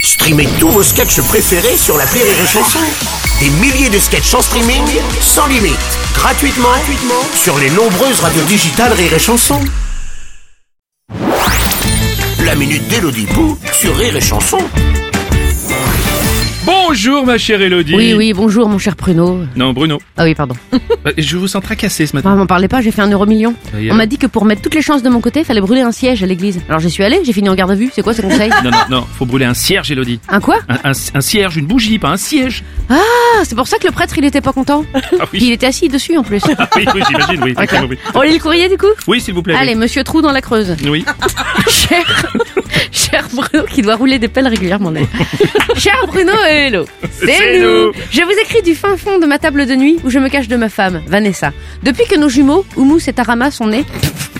Streamez tous vos sketchs préférés sur la Rire et Chanson. Des milliers de sketchs en streaming, sans limite, gratuitement, gratuitement sur les nombreuses radios digitales Rire et Chanson. La minute d'Elodie Pou sur Rire et Chanson. Bonjour ma chère Elodie. Oui, oui, bonjour mon cher Pruno. Non, Bruno. Ah oui, pardon. Bah, Je vous sens tracassé ce matin. Ah, m'en parlez pas, j'ai fait un euro million. Ça y est. On m'a dit que pour mettre toutes les chances de mon côté, fallait brûler un siège à l'église. Alors j'y suis allé, j'ai fini en garde à vue, c'est quoi ce conseil Non, non, non, faut brûler un cierge, Elodie. Un quoi Un, un, un cierge, une bougie, pas un siège. Ah, c'est pour ça que le prêtre il était pas content. Ah Puis il était assis dessus en plus. Ah oui, oui, j'imagine, oui. Ok. d'accord, oui. On lit le courrier du coup Oui, s'il vous plaît. Allez, monsieur Trou dans la Creuse. oui. Oui. Cher, cher Bruno qui doit rouler des pelles régulièrement. d'ailleurs. cher Bruno, euh, hello. C'est C'est nous. nous. Je vous écris du fin fond de ma table de nuit où je me cache de ma femme, Vanessa. Depuis que nos jumeaux, Oumous et Tarama, sont nés,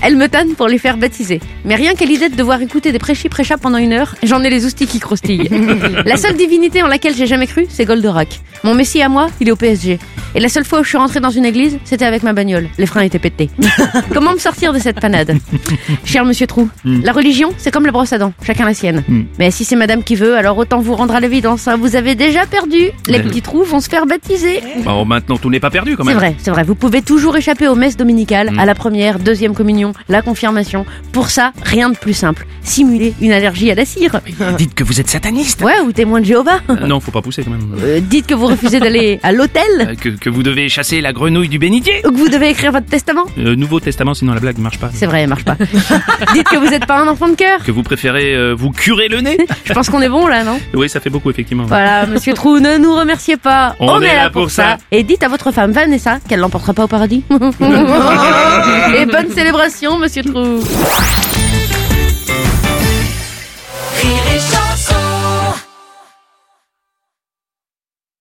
elle me tanne pour les faire baptiser. Mais rien qu'à l'idée de devoir écouter des prêchis prêchats pendant une heure, j'en ai les oustis qui croustillent. la seule divinité en laquelle j'ai jamais cru, c'est Goldorak. Mon messie à moi, il est au PSG. Et la seule fois où je suis rentrée dans une église, c'était avec ma bagnole. Les freins étaient pétés. Comment me sortir de cette panade Cher monsieur Trou, Hmm. la religion, c'est comme la brosse à dents, chacun la sienne. Mais si c'est madame qui veut, alors autant vous rendre à l'évidence. hein, vous avez déjà perdu. Les Ouais. petits trous vont se faire baptiser. Bon, maintenant, tout n'est pas Hmm. perdu quand C'est même. vrai, c'est vrai. Vous pouvez toujours échapper aux messes dominicales, à la première, deuxième communion, la confirmation. Pour ça, rien de plus simple. Simuler une allergie à la cire. Dites que vous êtes sataniste. Ouais, ou témoin de Jéhovah. Euh, Non, faut pas pousser quand même. Euh, dites que vous refusez d'aller à l'hôtel, Euh, Que, que vous devez chasser la grenouille du bénitier. ou que vous devez écrire votre testament. Euh, Nouveau Testament, sinon la blague ne marche pas. C'est vrai, elle marche pas. dites que vous n'êtes pas un enfant de cœur. Que vous préférez euh, vous curer le nez. Je pense qu'on est bon là, non Oui, ça fait beaucoup, effectivement. Voilà, monsieur Trou, ne nous remerciez pas. On est là pour ça. Et dites à votre femme Vanessa qu'elle l'emportera pas au paradis. Et bonne célébration, monsieur Trou.